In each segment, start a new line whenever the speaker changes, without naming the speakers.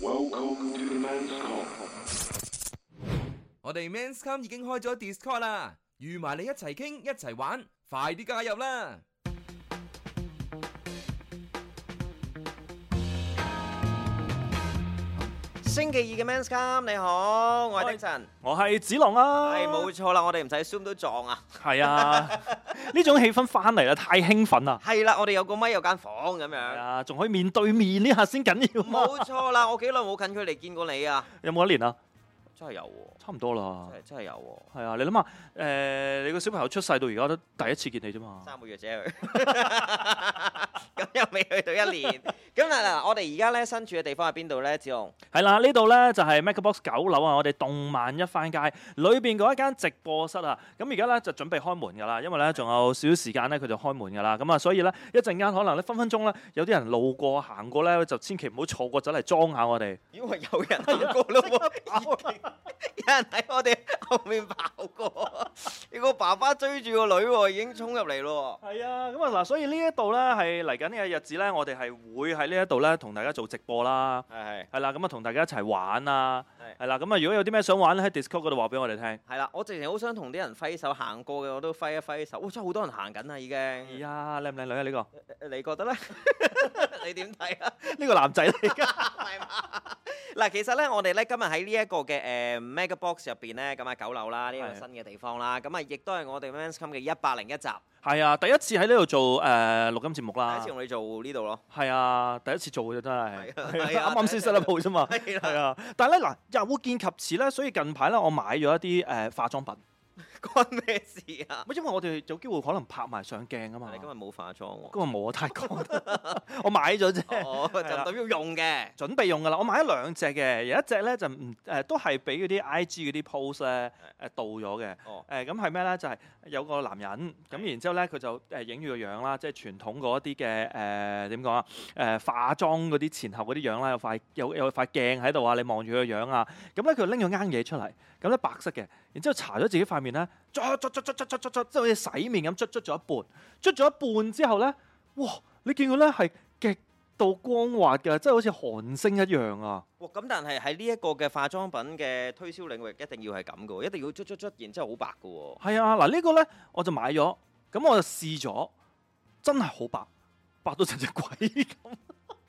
Welcome to the men's come.
我哋 Men's Come 已經開咗 Discord 啦，預埋你一齊傾一齊玩，快啲加入啦！
星期二嘅 Men's Come，你好，我係丁神，
我係子龍啊，
係冇錯啦，我哋唔使 Zoom 都撞啊，
係 啊，呢種氣氛翻嚟啦，啊太興奮啦，
係啦，我哋有個咪有間房咁
係
樣，
啊，仲可以面對面呢下先緊要啊，
冇錯啦，我幾耐冇近距離見過你啊，
有冇一年啊？
真係有喎，
差唔多啦
真，係真係有
係啊，你諗下，誒、你個小朋友出世到而家都第一次見你啫嘛
喎，，三個月啫佢， 咁又未去到一年，咁嗱嗱，我哋而家咧身處嘅地方係邊度咧？子龍，
係啦、呢度咧就係、MacBox 九樓啊，我哋動漫一番街裏邊嗰一間直播室啊，咁而家咧就準備開門㗎啦，因為咧仲有少少時間咧佢就開門㗎啦，咁啊所以咧一陣間可能咧分分鐘咧有啲人路過行過咧就千祈唔好錯過走嚟裝下我哋，
以為有人行過咯喎，
啊
有人喺我哋 後面跑過，你個爸爸追住個女喎，已經衝入嚟咯
係啊，咁啊嗱，所以呢一度咧係嚟緊嘅日子咧，我哋係會喺呢一度咧同大家做直播啦，
喎，係係。
係啦，咁啊同大家一齊玩啊，
係
係啦，咁啊如果有啲咩想玩咧喺 Discord 嗰度話俾我哋聽。
係啦，我直情好想同啲人揮手行過嘅，我都揮一揮手。哇，真係好多人行緊啊啦，已經。
哎呀，靚唔靚女啊？呢個
誒你覺 得咧？你點睇啊？
呢個男仔嚟㗎，
係嘛？ 嗱，其實咧，我哋咧今日喺呢一個嘅誒 Mega Box 入邊咧，咁啊九樓啦，呢個
係
新嘅地方啦，咁啊亦都係我哋 Men's Come 嘅一百零一集，
係啊，第一次喺呢度做誒錄音節目
第一
啦
次，同你做呢度咯。
係啊，第一次做嘅啫真係，
係啊
係啊啱啱先 set 得好啫嘛，
係
係
啦，
啊，但係咧嗱，又見及此咧，所以近排咧我買咗一啲誒化妝品，
關咩事啊？
因為我哋有機會可能拍埋上鏡啊嘛
你，今日冇化妝喎，
今日冇啊，太講， 我買咗啫。
哦，就
係啦
代表用嘅。
準備用㗎啦，我買咗兩隻嘅，有一隻咧就唔誒、都係俾嗰啲 IG 嗰啲 post 咧誒盜咗嘅。
哦，
誒咁係咩咧？就係、有個男人咁，然之後咧佢就誒影住個樣啦，即係傳統嗰一啲嘅誒點講啊誒化妝嗰啲前後嗰啲樣啦，有塊有有塊鏡喺度啊，你望住佢個樣啊，咁咧佢就拎咗啱嘢出嚟，咁咧白色嘅，然之後搽咗自己塊面咧，捽捽捽捽捽捽捽捽，即係好似洗面咁捽捽咗一半，捽咗一半之後咧，哇！你見佢咧係極度光滑嘅，即係好似韓星一樣啊！
哇！咁但係喺呢一個嘅化妝品嘅推銷領域，一定要係咁嘅喎，一定要捽捽捽，然之後好白嘅喎。
係啊，嗱、呢個咧我就買咗，咁我就試咗，真係好白，白到成隻鬼咁，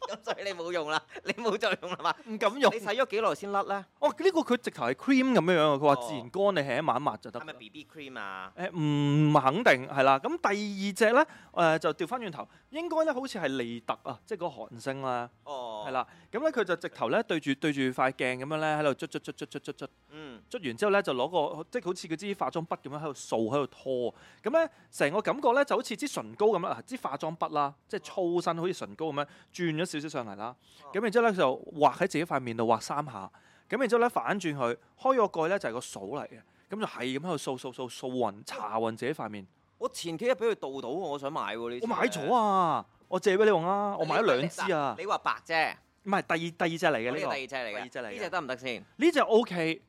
咁所以你冇用啦， 你冇再用啦嘛？
唔敢用
你。洗咗幾耐先甩咧？
哦，呢、個佢直頭係 cream 咁樣樣啊，佢話
哦
自然乾，你係一抹一抹就得
係
㗎
咪
啦。
BB cream 啊？
誒唔肯定係啦，咁第二隻咧誒、就調翻轉頭，應該咧好似係利特啊，即係嗰個韓星啦，
哦，
係，啦，咁咧佢就直頭咧對住對住塊鏡咁樣咧喺度捽捽捽捽捽捽捽。
嗯，
捽完之後咧，就攞個即係好似嗰支化妝筆咁樣喺度掃喺度拖，咁咧成個感覺咧就好似支唇膏咁啦，嗱支化妝筆啦，即係粗身好似唇膏咁樣轉咗少少上嚟啦，咁然之後咧就畫喺自己塊面度畫三下，咁然之後咧反轉佢，開個蓋咧就係個掃嚟嘅，咁就係咁喺度掃掃掃掃勻搽勻自己塊面，
我前幾日俾佢盜到喎，我想買喎呢。
我買咗！啊！我借俾你用啊！我買咗兩支啊
你！你話白啫，
唔係第二第二隻嚟
呢
嘅呢
個第
個，
二隻嚟嘅，
第二隻嚟嘅
呢只得唔得先？
呢隻 O K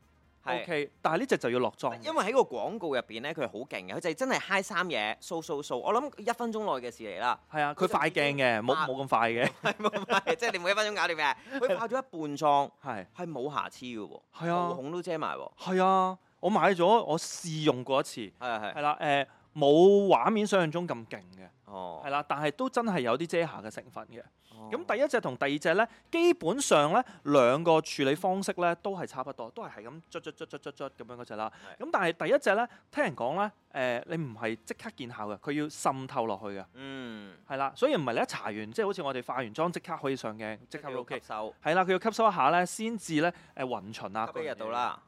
係
O K，但係呢隻就要落妝。
因為喺個廣告入邊咧，佢係好勁嘅，佢就係真係嗨三嘢，掃掃掃。我諗一分鐘內嘅事嚟啦，
係啊，佢快鏡嘅，冇冇咁快嘅，
係冇係即係你每一分鐘搞掂嘅。佢化咗一半妝，
係。
係冇瑕疵嘅喎，
係啊
毛孔都遮埋喎，
係啊，我買咗，我試用過一次，
係啊係
係
係，
啦，誒冇畫面想象中咁勁嘅，
哦
係，啦，但係都真係有啲遮瑕嘅成分嘅。咁
咁
第一隻同第二隻咧，基本上咧兩個處理方式咧都係差不多，都係係咁捽捽捽捽捽捽咁樣嗰只啦。
係
咁但係第一隻咧，聽人講咧，誒、你唔係即刻見效嘅，佢要滲透落去嘅，
嗯，
係啦，所以唔係你一搽完，即係好似我哋化完妝即刻可以上鏡，即刻
要
OK。
吸收，
係啦，佢要吸收一下咧，先至咧誒雲巡啊，
吸一日到
嗰樣嘢
啦。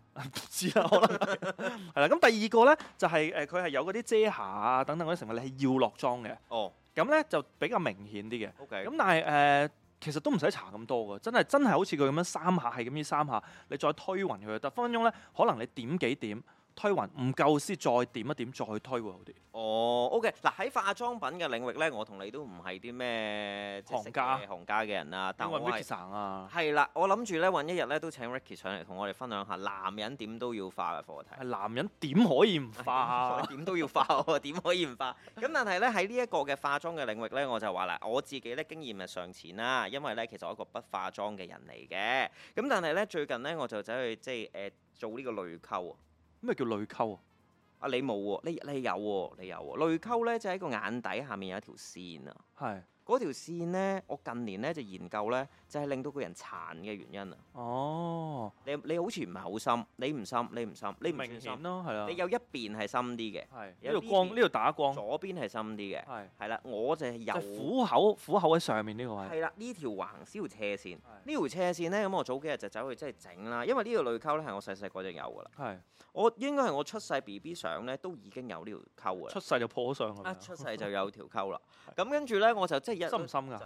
知啦，可能係係啦。咁第二個咧就係誒，佢係有嗰啲遮瑕啊等等嗰啲成分，你係要落妝嘅。
哦
咁咧就比較明顯啲嘅。
，OK，
咁但係誒、呃其實都唔使搽咁多嘅，真係呃真係好似佢咁樣三下係咁呢三下，你再推勻佢就得。分分鐘咧，可能你點幾點推勻，唔夠先再點一點再推會好啲。
哦，OK，嗱喺化妝品嘅領域咧，我同你都唔係啲咩即係識
行家
嘅行家嘅人啦，但
因為
我
m i x
係
e 啊，
係啦，我諗住咧揾一日咧都請 Ricky 上嚟同我哋分享下男人點都要化嘅課題。
係男人點可以唔化？
點都要化喎， 點可以唔化？咁但係咧喺呢一個嘅化妝嘅領域咧，我就話啦，我自己咧經驗係尚淺啦，因為咧其實我一個不化妝嘅人嚟嘅。咁但係咧最近咧我就走去即係誒、呃做呢個淚溝啊。
咩叫淚溝啊？
啊你冇喎、你你有喎、你有喎、淚溝咧就喺、個眼底下面有一條線啊。
係
嗰條線咧，我近年咧就研究咧，就係、令到個人殘嘅原因啊。
哦，
你你好似唔係好深，你唔深，你唔深，你唔算深
明顯，啊咯，係啦，
你有一邊係深啲嘅，
係
有
呢度
呢
光
邊
呢度打光，
左邊係深啲嘅。
係
係啦，我就係
就
右
係虎口虎口喺上面呢個位，
係啦，呢條橫呢條斜線，呢條斜線咧，咁我早幾日就走去即係整啦，因為呢條淚溝咧係我細細個就有噶啦，
係
我應該係我出世 B B 相咧都已經有呢條溝噶
出
啦，
世就破咗上去
啊
啦，
出世就有條溝啦，咁跟住咧我就即係一
深唔深㗎？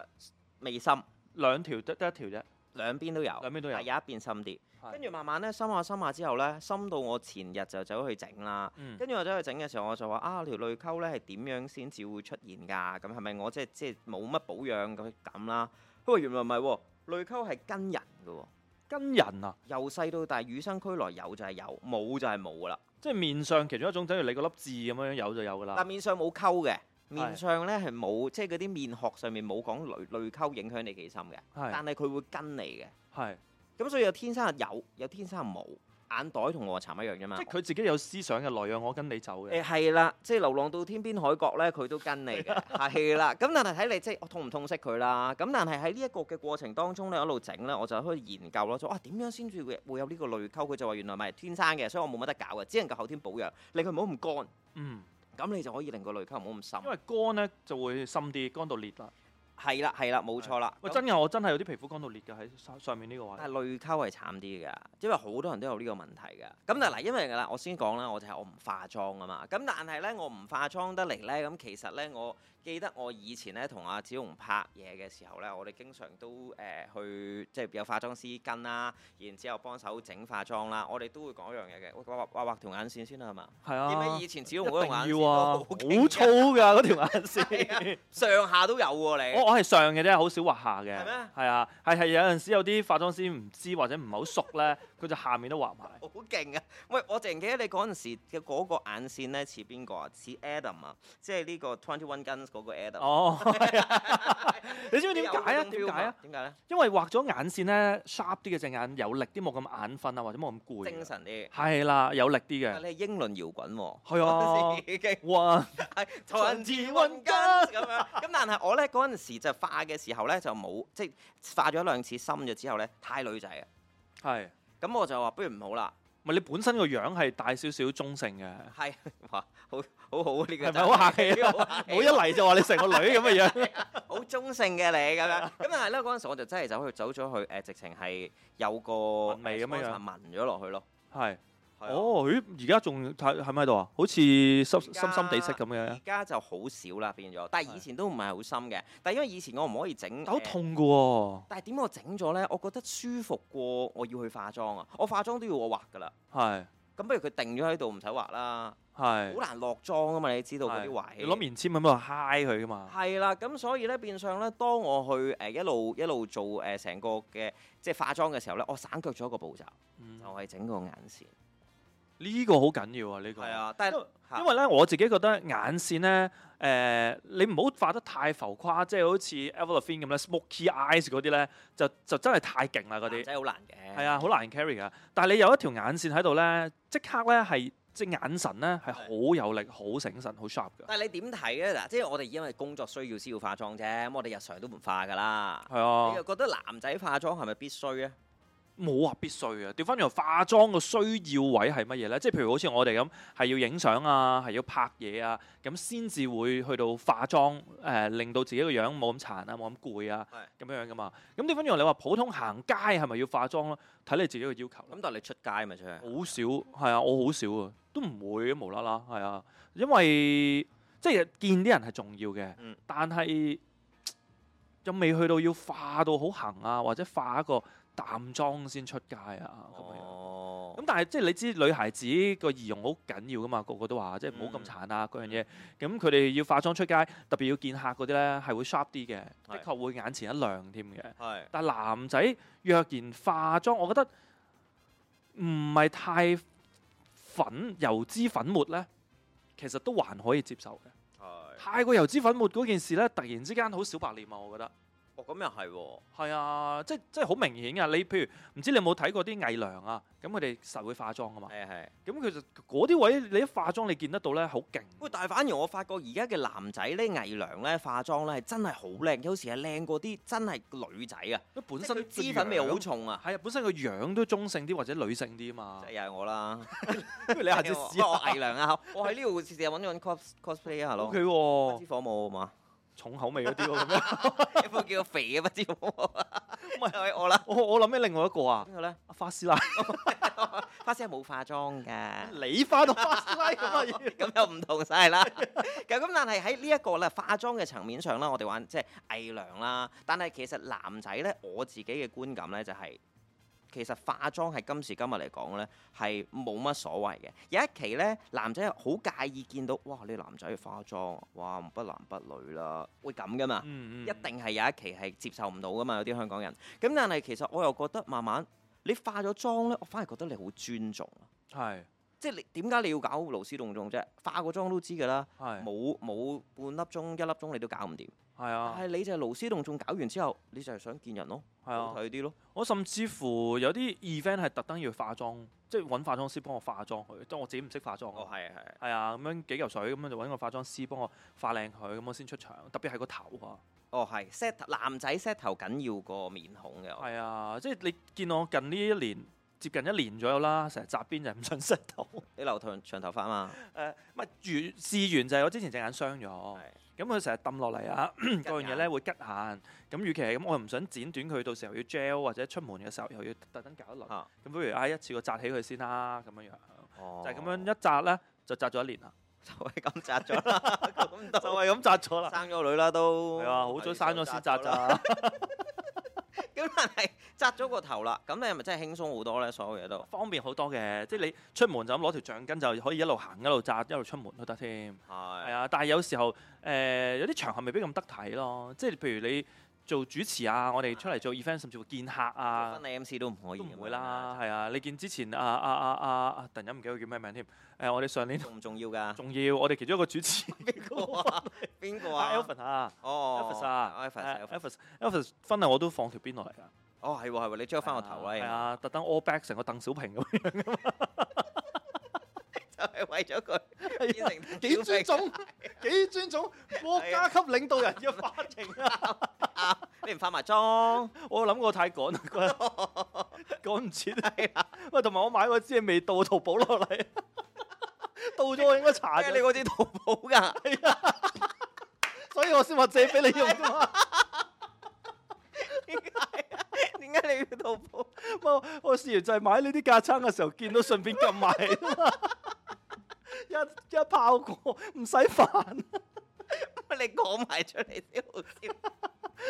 未深，
兩條得得一條啫，
兩邊都有，啊
兩邊都有
但有一邊深啲，
係
跟住慢慢咧深下深下之後咧，深到我前日就走去整啦。
嗯
跟住我走去整嘅時候，我就話啊條淚溝咧係點樣先至會出現㗎？咁係咪我即係即係冇乜保養佢咁啦？佢話原來唔係喎，淚溝係跟人嘅喎，
跟人啊，
由細到大與生俱來有就係有，冇就係冇㗎啦。
即係面上其中一種，等於你個粒痣咁樣有就有㗎
但
啦，
面上冇溝嘅，面上咧係冇即係嗰啲面學上面冇講淚淚溝影響你幾深嘅，
係
但係佢會跟你嘅。
係
咁所以有天生係有，有天生係冇。眼袋同我尋一樣啫嘛
即係。佢自己有思想嘅內讓，我跟你走嘅
誒，係啦，即係流浪到天邊海角咧，佢都跟你 嘅，係啦。咁但係睇你即係哦痛唔痛惜佢啦。咁但係喺呢一個嘅過程當中咧，我一路整咧，我就去研究咯，就啊點樣先至會會有呢個淚溝？佢就話原來唔係天生嘅，所以我冇乜得搞嘅，啊只能夠後天保養，令佢唔好咁
嗯，
乾，咁你就可以令個淚溝唔好咁深
因。為乾咧就會深啲，乾到裂啦。
係啦，係啦，冇錯啦。
喂，
咁
真嘅，我真係有啲皮膚乾到裂嘅喺上上面呢個位。
但係淚溝係慘啲㗎，因為好多人都有呢個問題㗎。咁但係嗱，因為㗎啦，我先講啦，我就係我唔化妝啊嘛。咁但係咧，我唔化妝得嚟咧，咁其實咧，我記得我以前咧同阿子龍拍嘢嘅時候咧，我哋經常都誒、呃去即係有化妝師跟啦，然之後幫手整化妝啦，我哋都會講一樣嘢嘅，喂畫畫畫條眼線先啦，係嘛？
係
點
啊，
解以前子龍嗰條眼
一定
線
要啊，
都
好
勁嘅
粗㗎嗰條眼
啊
線。
上下都有喎你？
我我係上嘅啫，好少畫下嘅。
係咩
係啊，係係有陣時有啲化妝師唔知或者唔係好熟咧，佢就下面都畫埋。
好勁啊！喂，我淨記得你嗰陣時嘅嗰個眼線咧似邊個啊？似 Adam 啊，即係呢個 Twenty One Guns 嗰個 Adam。
哦，係啊你知唔知點解啊？
你有
點
嗰種 feel
解啊
嘛？？點解咧？
因為畫咗眼線咧，sharp 啲嘅隻眼有力啲，冇咁眼瞓啊，或者冇咁攰。
精神啲。
係啦，有力啲
但
嘅。
你係英倫搖滾喎。
係啊，
已經
哇，
係 Twenty One Guns 咁樣。咁但係我咧嗰陣時就化嘅時候咧就冇，即係化咗兩次深咗之後咧太女仔啊。
係。
咁我就話不如唔好啦。
唔係你本身個樣係大少少中性嘅，
係 哇，好好好啊呢個
係
真
咪
係。
好客氣啊？
好客氣
我一嚟就話你成個女咁嘅 樣，
好中性嘅你咁樣，
啊
咁但係咧嗰陣時我就真係走去走咗去誒、直情係有個
紋眉咁樣樣
紋咗落去咯。
係
係啊，
哦，咦？而家仲睇喺咪喺度啊？好似深
而家
深深地色咁嘅
啊而，家就好少啦變咗，但係以前都唔係好深嘅，但係因為以前我唔可以整，
但好
誒
痛嘅喎，
但係點解我整咗咧？我覺得舒服過我要去化妝啊！我化妝都要我畫㗎啦，
係
咁不如佢定咗喺度唔使畫啦，好
係。
難落妝啊嘛！你知道嗰啲
係
位
你攞棉簽咁喺度嗨佢噶嘛？
係啦，咁所以咧變相咧，當我去誒、一路一路做誒成、個嘅即係化妝嘅時候咧，我省卻咗一個步驟。
嗯
就係整個眼線。
呢個好緊要啊！呢個
係，啊，但係
因為咧我自己覺得眼線咧，誒你唔好畫得太浮誇，即係好似 e v e l i n 咁咧，smoky eyes 嗰啲咧，就就真係太勁啦嗰啲
男。仔好難嘅。
係啊，好難 carry 噶。但係你有一條眼線喺度咧，即刻咧係即眼神咧係好有力、好醒神、好 sharp 噶。
但係你點睇咧？嗱，即係我哋因為工作需要先要化妝啫，咁我哋日常都唔化㗎啦。
係
你
啊
又，覺得男仔化妝係咪必須咧？
冇話必須啊。調翻轉頭化妝個需要位係乜嘢咧？即係譬如好似我哋咁，係要影相啊，係要拍嘢啊，咁先至會去到化妝誒、呃令到自己個樣冇咁殘啊，冇咁攰啊，咁樣樣噶嘛。咁調翻轉頭，你話普通行街係咪要化妝咧？睇你自己個要求啦
咁但係你出街咪出去？
好少，係啊，我好少啊，都唔會無啦啦，係啊，因為即係見啲人係重要嘅，
嗯
但係又未去到要化到好行啊，或者化一個淡妝先出街啊咁樣。
哦
咁、但係即係你知女孩子個儀容好緊要噶嘛，個個都話即係唔好咁
嗯
殘啊嗰樣嘢。咁佢哋要化妝出街，特別要見客嗰啲咧係會 sharp 啲嘅，的
係
確會眼前一亮添嘅。
哦係
但係男仔若然化妝，我覺得唔係太粉油脂粉末咧，其實都還可以接受嘅。
係。
太過油脂粉末嗰件事咧，突然之間好小白臉啊！我覺得
哦，咁又係喎。
係啊，即即係好明顯㗎。你譬如唔知你有冇睇過啲偽娘啊？咁佢哋實會化妝㗎嘛。
係係。
咁佢就嗰啲位你一化妝，你見得到咧，好勁。
喂，但係反而我發覺而家嘅男仔咧，偽娘咧化妝咧係真係好靚，有時係靚過啲真係女仔啊，
佢本
本
身
身
個
脂粉味好
樣
重啊。
係啊，本身個樣都中性啲或者女性啲嘛
即。係又係我啦，
你 下次試
我
下
偽娘啊！ 我喺呢度試試揾揾 cos cosplay 一下 咯
O K，喎
不，知火舞好嘛？
重口味嗰啲喎咁樣。
有冇叫我肥嘅不知火舞啊？唔係我啦，
我我諗起另外一個啊，
邊個咧？
阿花師奶，
花姐係冇化妝㗎。
你翻到花師奶咁啊已經
咁又唔同晒啦。 咁咁，但係喺呢一個咧化妝嘅層面上啦，我哋玩即係偽娘啦。但係其實男仔咧，我自己嘅觀感咧就係、其實化妝係今時今日嚟講咧係冇乜所謂嘅。有一期咧，男仔好介意見到哇，你男仔化妝，哇不男不女啦，會咁噶嘛？
嗯嗯
一定係有一期係接受唔到噶嘛，有啲香港人。咁但係其實我又覺得慢慢你化咗妝咧，我反而覺得你好尊重啊。
係
即係你點解你要搞勞師動眾啫？化個妝都知㗎啦，
係
冇冇半粒鐘一粒鐘你都搞唔掂。
係
但
啊
係你就係勞師動眾搞完之後，你就係想見人咯，
係
好
啊！
睇啲咯。
我甚至乎有啲 event 係特登要化妝，即係揾化妝師幫我化妝佢，即係我自己唔識化妝啊。
係啊係啊，
係啊，咁樣幾嚿水咁樣就揾個化妝師幫我化靚佢，咁我先出場。特別係個頭啊，
哦係 set 頭男仔 set 頭緊要過面孔嘅。我
係啊，即係你見我近呢一年接近一年左右啦，成日紮邊就唔想 set 頭。
你留長長頭髮啊嘛，
誒，唔係完試完就係我之前隻眼傷咗
係，
咁佢成日抌落嚟啊，嗰樣嘢
眼
咧會吉眼。咁與其係咁，我又唔想剪短佢，到時候要 gel 或者出門嘅時候又要特登搞一輪。
嚇
咁不如啊，一次過紮起佢先啦，咁樣樣
哦
就係咁樣一紮咧，就紮咗一年啦，
就係咁紮咗啦，咁
就
都
係咁紮咗啦。
生咗女啦都。
係啊，好早生咗先紮
啦。
咋。
咁但係紮咗個頭啦，咁你係咪真係輕鬆好多咧？所有嘢都。
方便好多嘅，即係你出門就咁攞條橡筋就可以一路行一路紮一路出門都得添。係
係
啊，但係有時候誒、呃有啲場合未必咁得體咯，即係譬如你做主持啊，我哋出嚟做 event 甚至乎見客啊
婚，禮 MC 都唔可以
都
咁樣㗎。
唔會啦。係啊，你見之前啊啊啊啊啊，突然間唔記得佢叫咩名添。誒、我 哋上年
重唔重要㗎？
仲要我哋其中一個主 持
邊個啊？邊個
啊
啊
Elvin 啊
哦
Elvis 啊
Elvis，Elvis
Elvis，Elvis 婚啊禮我都放條邊落嚟㗎。
哦係喎係喎，你將翻個頭
係
啦，
啊，特登 all back 成個鄧小平 咁樣，
就係 為咗佢變成
啊幾尊重，幾尊重國家級領導人嘅髮型 啊！
啊！你唔化埋 妝，
我諗過太趕啦，嗰日 趕唔切啊！喂，同埋我買嗰支嘢未到，淘寶落嚟， 到咗我應該查
咩你嗰
咗，
啲淘寶㗎，
所以我先話借俾你用啫嘛。
點解你要淘寶？
我我試完就係買呢啲架撐嘅時候，見到順便撳埋啊嘛 一一炮過，唔使煩，
你講埋出嚟先好笑。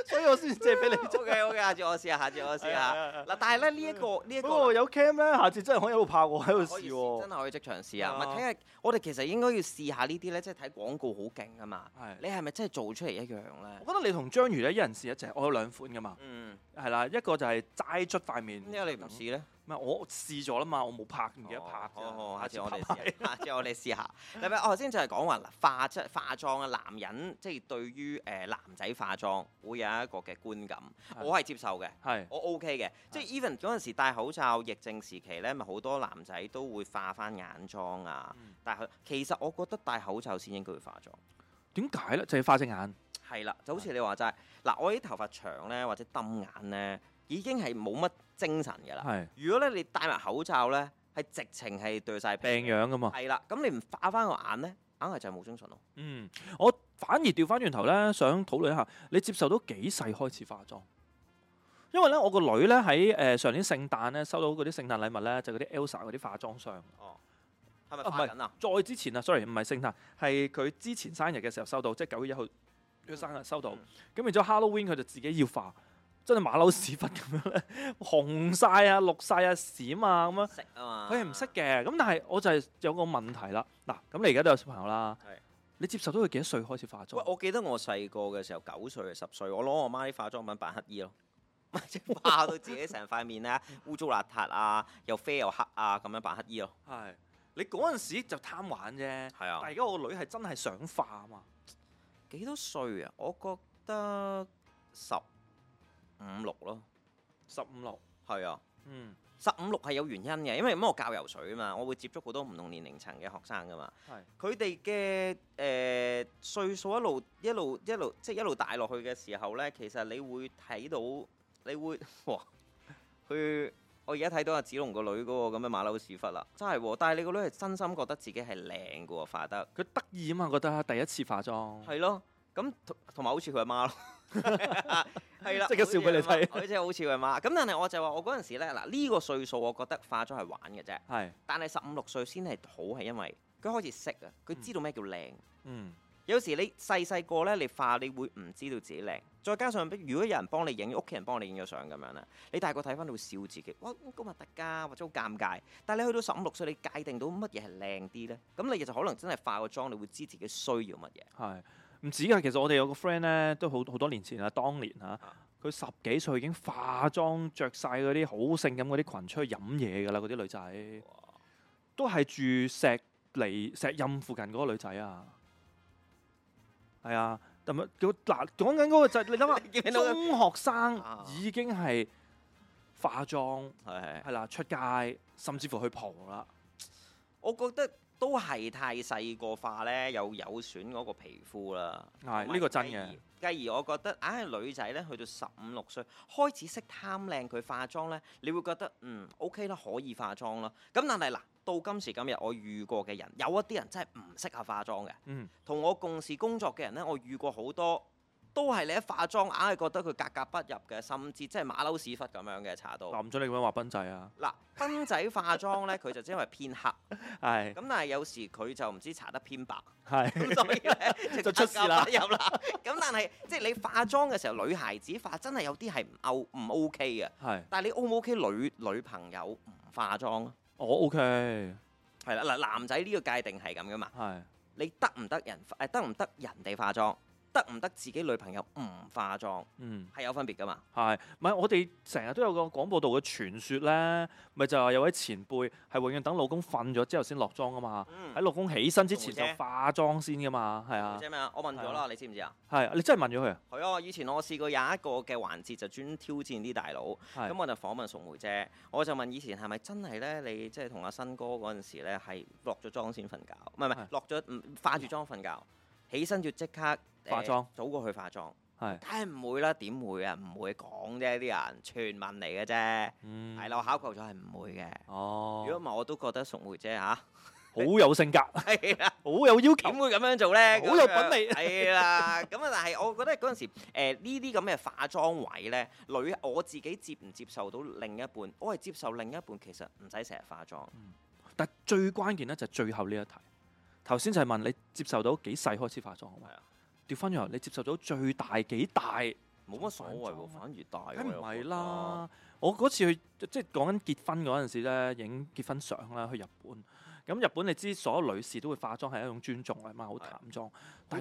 所以我先借俾你 啫。
O K O K，下次我試下，下次我
啊
試下。嗱，但係咧呢一個呢一
嗯不
個
過有 cam 咧，下次真係可以喺度炮我喺度
可以
試
試
喎
真。係可以即場試啊！
係
咪
啊
睇下我哋其實應該要試下呢啲咧，即係睇廣告好勁啊嘛。
係
你係咪真係做出嚟一樣
我
咧？
覺得你同章魚咧一人試一隻，我有兩款噶嘛，
嗯，
係啦，一個就係齋捽塊面，
點解你唔試咧？
唔係我試咗啦嘛，我冇拍，唔記得拍
哦
啫。
好好，下次
拍
我哋試下，
埋
下次我哋試下。係咪？我頭先就係講話嗱化即係化妝啊，男人即係對於誒、呃男仔化妝會有一個嘅觀感，
係
我係接受嘅。
係
我 OK 嘅，即係 even 嗰陣時戴口罩疫症時期咧，咪好多男仔都會化翻眼妝啊
嗯。
但係其實我覺得戴口罩先應該要化妝。
點解咧？就係化隻眼。
係啦，就好似你話齋，嗱我啲頭髮長咧，或者揼眼咧，已經係冇乜精神㗎啦。
係
如果咧你戴埋口罩咧，係直情係對晒
病樣噶嘛。
係啦，咁你唔化翻個眼咧，硬係就係冇精神咯。
嗯，我反而調翻轉頭咧，想討論一下，你接受到幾細開始化妝？因為咧，我個女咧喺誒上年聖誕咧收到嗰啲聖誕禮物咧，就嗰啲 Elsa 嗰啲化妝箱。
哦係咪
啊唔係
化緊啊？
再之前啊，sorry，唔係聖誕，係佢之前生日嘅時候收到，即係九月一號佢生日收到。咁、
嗯
然之後 Halloween 佢就自己要化，真係馬騮屎忽咁樣咧， 紅晒啊、綠晒啊、閃啊咁樣。
識啊嘛，
佢係唔識嘅，咁但係我就係有個問題啦。嗱，咁你而家都有小朋友啦
係，
你接受到佢幾多歲開始化
喂，
妝？
我記得我細個嘅時候，九歲十歲，我攞我媽啲化妝品扮乞 衣咯，即係化到自己成塊面咧污糟邋遢啊，又啡又黑啊，咁樣扮乞衣咯。
係你嗰陣時就貪玩啫，
係
但係
啊，
而家我個女係真係想化啊嘛。
幾多歲啊？我覺得十五六咯，
十五六，
係啊。
嗯，
十五六係有原因嘅，因為咁我教游水啊嘛，我會接觸好多唔同年齡層嘅學生噶嘛。佢哋嘅誒歲數一路一路一路即係一路大落去嘅時候咧，其實你會睇到，你會 哇，佢我而家睇到阿子龍個女嗰個咁嘅馬騮屎忽啦，真係喎！但係你個女係真心覺得自己係靚嘅喎，化得
佢得意啊嘛，覺得第一次化妝，
係咯。咁同同埋好似佢阿媽咯， 係啦，
即刻笑俾你睇
好似佢阿媽，即係好似佢阿媽。咁但係我就話我嗰陣時咧，嗱呢個歲數，我覺得化妝係玩嘅啫。
係，
但係十五六歲先係好，係因為佢開始識啊，佢知道咩叫靚。
嗯，
有時你細細個咧，你化你會唔知道自己靚，再加上如果有人幫你影，屋企人幫你影咗相咁樣咧，你大個睇翻你會笑自己，哇咁核突㗎，或者好尷尬。但係你去到十五六歲，你界定到乜嘢係靚啲咧？咁你其實可能真係化個妝，你會知自己需要乜嘢。
係唔止㗎。其實我哋有個 friend 咧，都好好多年前啦，當年嚇
啊，
佢十幾歲已經化妝，着晒嗰啲好性感嗰啲裙出去飲嘢㗎啦，嗰啲女仔都係住石梨石蔭附近嗰個女仔啊，係啊。咁樣佢嗱講緊嗰個就係你諗
見
下，
到佢
中學生
啊
已經係化妝
係係，
係啦，出街甚至乎去蒲啦，
我覺得都係太細個化咧，又有損嗰個皮膚啦。
係
同埋
啊呢個真
繼
嘅。
而。繼而我覺得，硬係女仔咧，去到十五六歲開始識貪靚，佢化妝咧，你會覺得嗯 OK 啦，可以化妝啦。咁但係嗱，到今時今日，我遇過嘅人，有一啲人真係唔適合化妝嘅。
嗯，
同我共事工作嘅人咧，我遇過好多。都係你一化妝，硬係覺得佢格格不入嘅，甚至即係馬騮屎忽咁樣嘅查到。
嗱唔準你咁樣話賓仔啊，
嗱，斌仔化妝咧，佢就因為偏黑，
係
咁但係有時佢就唔知搽得偏白。
係
咁所以 咧
就出事啦
入啦。咁但係即係你化妝嘅時候，女孩子化真係有啲係唔 O 唔 OK 嘅。
係，
但係你 O 唔 OK 女女朋友唔化妝啊？
我哦 OK
係啦，嗱男仔呢個界定係咁噶嘛？
係
你得唔得人誒得唔得人哋化妝？得唔得自己女朋友唔化妝
嗯。
係有分別噶嘛？
係，唔係我哋成日都有個廣播道嘅傳說咧，咪就係有位前輩係永遠等老公瞓咗之後先落妝噶嘛，
嗯
喺，老公起身之前
做啫
就化妝先噶嘛，係啊
即，係咩啊？我問咗啦，你知唔知啊？
係你真係問咗佢啊？
係啊，以前我試過有一個嘅環節就專挑戰啲大佬，
係
咁我就訪問淑梅姐，我就問以前係咪真係咧？你即係同阿新哥嗰陣時咧，係落咗妝先瞓覺，唔係唔係
係嗯
落咗唔化住妝瞓覺，起身要即刻呃
化妝
早過去化妝，
係，
梗係唔會啦，點會啊？唔會講啫，啲人傳聞嚟嘅啫，
嗯，
係啦，我考究咗係唔會嘅。如果
哦
唔，係，我都覺得淑梅姐 嚇
好有性格，好
係啦。
有要
點
求，
會咁樣做咧？
好有品味
咁樣係啦，咁啊，但係我覺得嗰陣時，誒呢啲咁嘅化妝位咧，女我自己接唔接受到另一半，我係接受另一半其實唔使成日化妝。
但最關鍵咧就係最後呢一題。頭先就係問你接受到幾細開始化妝啊嘛
係啊？
調翻轉頭，你接受到最大幾大？
冇乜所謂
化妝
喎，
咩
反而大喎。
梗唔
又覺
係
得，
啦！我嗰次去即係講緊結婚嗰陣時咧，影結婚相啦，去日本。咁日本你知所有女士都會化妝係一種尊重嚟嘛，好淡妝。但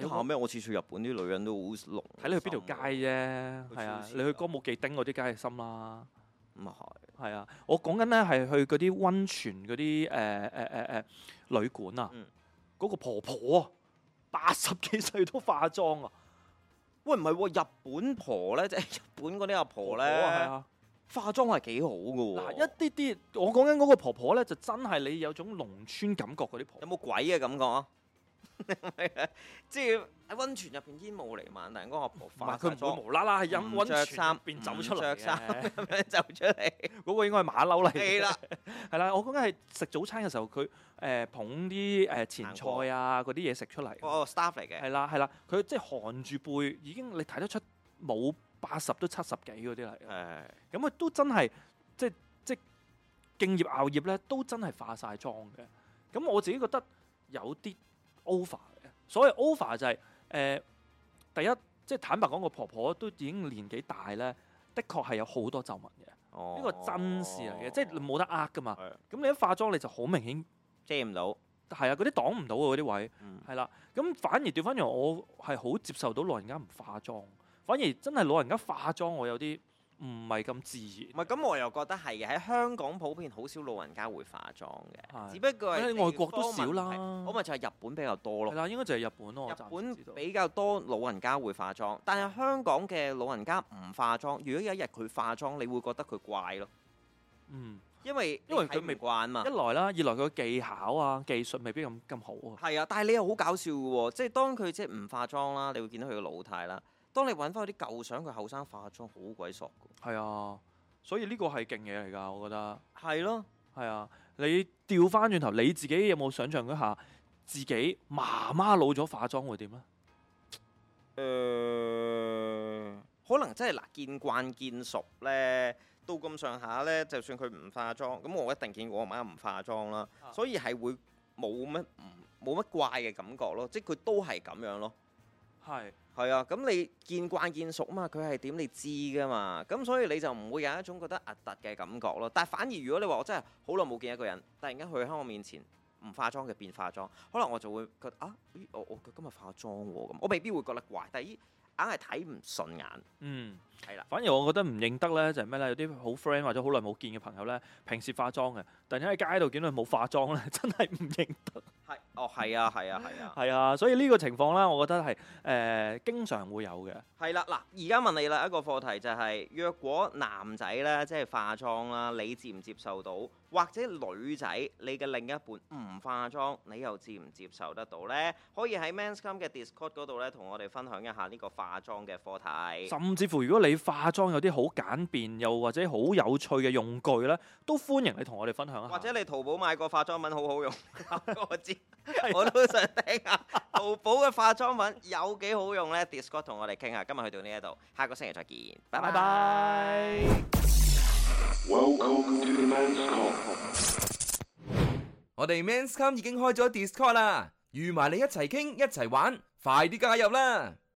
但
係
係
我
咩？我次去日本啲女人都好濃。
睇你去邊條街啫，
佢
係啊
超！市
你
㗎
去歌舞伎町嗰啲梗係深啦，
咁啊係
係啊！我講緊咧係去嗰啲温泉嗰啲誒誒誒誒旅館啊
嗯，
嗰個婆婆啊，八十 幾歲都化妝啊，
喂，唔係喎，日本婆咧，即係日 本嗰啲阿婆
婆啊係
咧，
啊！
化妝係幾好嘅喎。
嗱一啲啲，我講緊嗰個婆婆咧，就真係你有種農村感覺嗰啲婆婆
有。冇鬼嘅感覺啊？ 即係喺温泉入邊煙霧瀰漫，突然間阿婆
唔
化曬
係佢唔會
妝
無啦啦喺飲
唔
温
着
泉
衫
入邊走出
唔
嚟
着衫
嘅，
咁樣走出嚟，
嗰個應該係馬騮嚟
係
嘅。
啦，
係啦，我講緊係食早餐嘅時候，佢誒捧啲誒前菜啊嗰啲嘢食出嚟。
個 staff 嚟嘅，
係啦係啦，佢即係含住背，已經你睇得出冇八十都七十幾嗰啲嚟嘅。
係
咁佢都真係即即敬業熬業咧，都真係化晒妝嘅。咁我自己覺得有啲 over 嘅。所謂呃 over 就係、誒、第一，即係坦白講，個婆婆都已經年紀大咧，的確係有好多皺紋嘅，
呢
呢個真事嚟嘅，即係你冇得呃噶嘛
哦係。
咁你一化妝你就好明顯，
遮唔到，
係啊，嗰啲擋唔到嘅嗰啲位。
嗯
係啦，咁反而調翻樣，我係好接受到老人家唔化妝，反而真係老人家化妝，我有啲唔係咁自
唔
然。
係咁，我又覺得係嘅。喺香港普遍好少老人家會化妝嘅，
係
只不過係
喺外國都少
地方問
啦
題。我，咪就係日本比較多
係
咯。
啦，應該就係日本咯。我
日
暫時知道
本比較多老人家會化妝，但係香港嘅老人家唔化妝。如果有一日佢化妝，你會覺得佢怪咯，
嗯，
因為
因為
你睇
佢
唔
未
慣嘛
啊一。來啦，二來佢嘅技巧啊、技術未必咁咁好啊。
係啊，但係你又好搞笑嘅喎，即係當佢即係唔化妝啦，你會見到佢嘅老態啦。當你揾翻佢啲舊相，佢後生化妝好鬼索嘅。
係啊，所以呢個係勁嘢嚟㗎，我覺得
係咯，
係啊。你調翻轉頭，你自己有冇想象嗰下自己媽媽老咗化妝會點咧？啊
誒、可能真係嗱，見慣見熟咧，到咁上下咧，就算佢唔化妝，咁我一定見過我媽唔化妝啦，
啊
所以係會冇乜唔冇乜怪嘅感覺咯，即係佢都係咁樣咯。
係
係啊，咁你見慣見熟嘛，佢係點你知噶嘛，咁所以你就唔會有一種覺得核突嘅感覺咯。但係反而如果你話我真係好耐冇見一個人，突然間佢喺我面前唔化妝嘅變化妝，可能我就會覺得啊，咦我我佢今日化妝喎咁，我未必會覺得怪，但係咦硬係睇唔順眼，
嗯。
係啦，
反而我覺得唔認得咧，就係咩咧？有啲好 friend 或者好耐冇見嘅朋友咧，平時化妝嘅，突然間喺街度見到佢冇化妝咧， 真係唔認得。
係哦係啊係啊係啊，
係啊，所以呢個情況咧，我覺得係誒、呃、經常會有嘅。
係啦嗱，而家問你啦一個課題就係、若果男仔咧即係化妝啦，你接唔接受到？或者女仔你嘅另一半唔化妝，你又接唔接受得到呢？可以喺 Men's Come 嘅 Discord 嗰度咧，同我哋分享一下呢個化妝嘅課題。
甚至乎如果你化妝有啲好簡便又或者好有趣嘅用具咧，都歡迎你同我哋分享一下。
或者你淘寶買個化妝品好好用，我知
啊，
我都想聽下淘寶嘅化妝品有幾好用呢 Discord 同我哋傾下，今日去到呢一度，下個星期再見，
拜
拜
拜。
Welcome to the man's call.
我哋 Men's Come 已經開咗 Discord 啦，預埋你一齊傾一齊玩，快啲加入啦！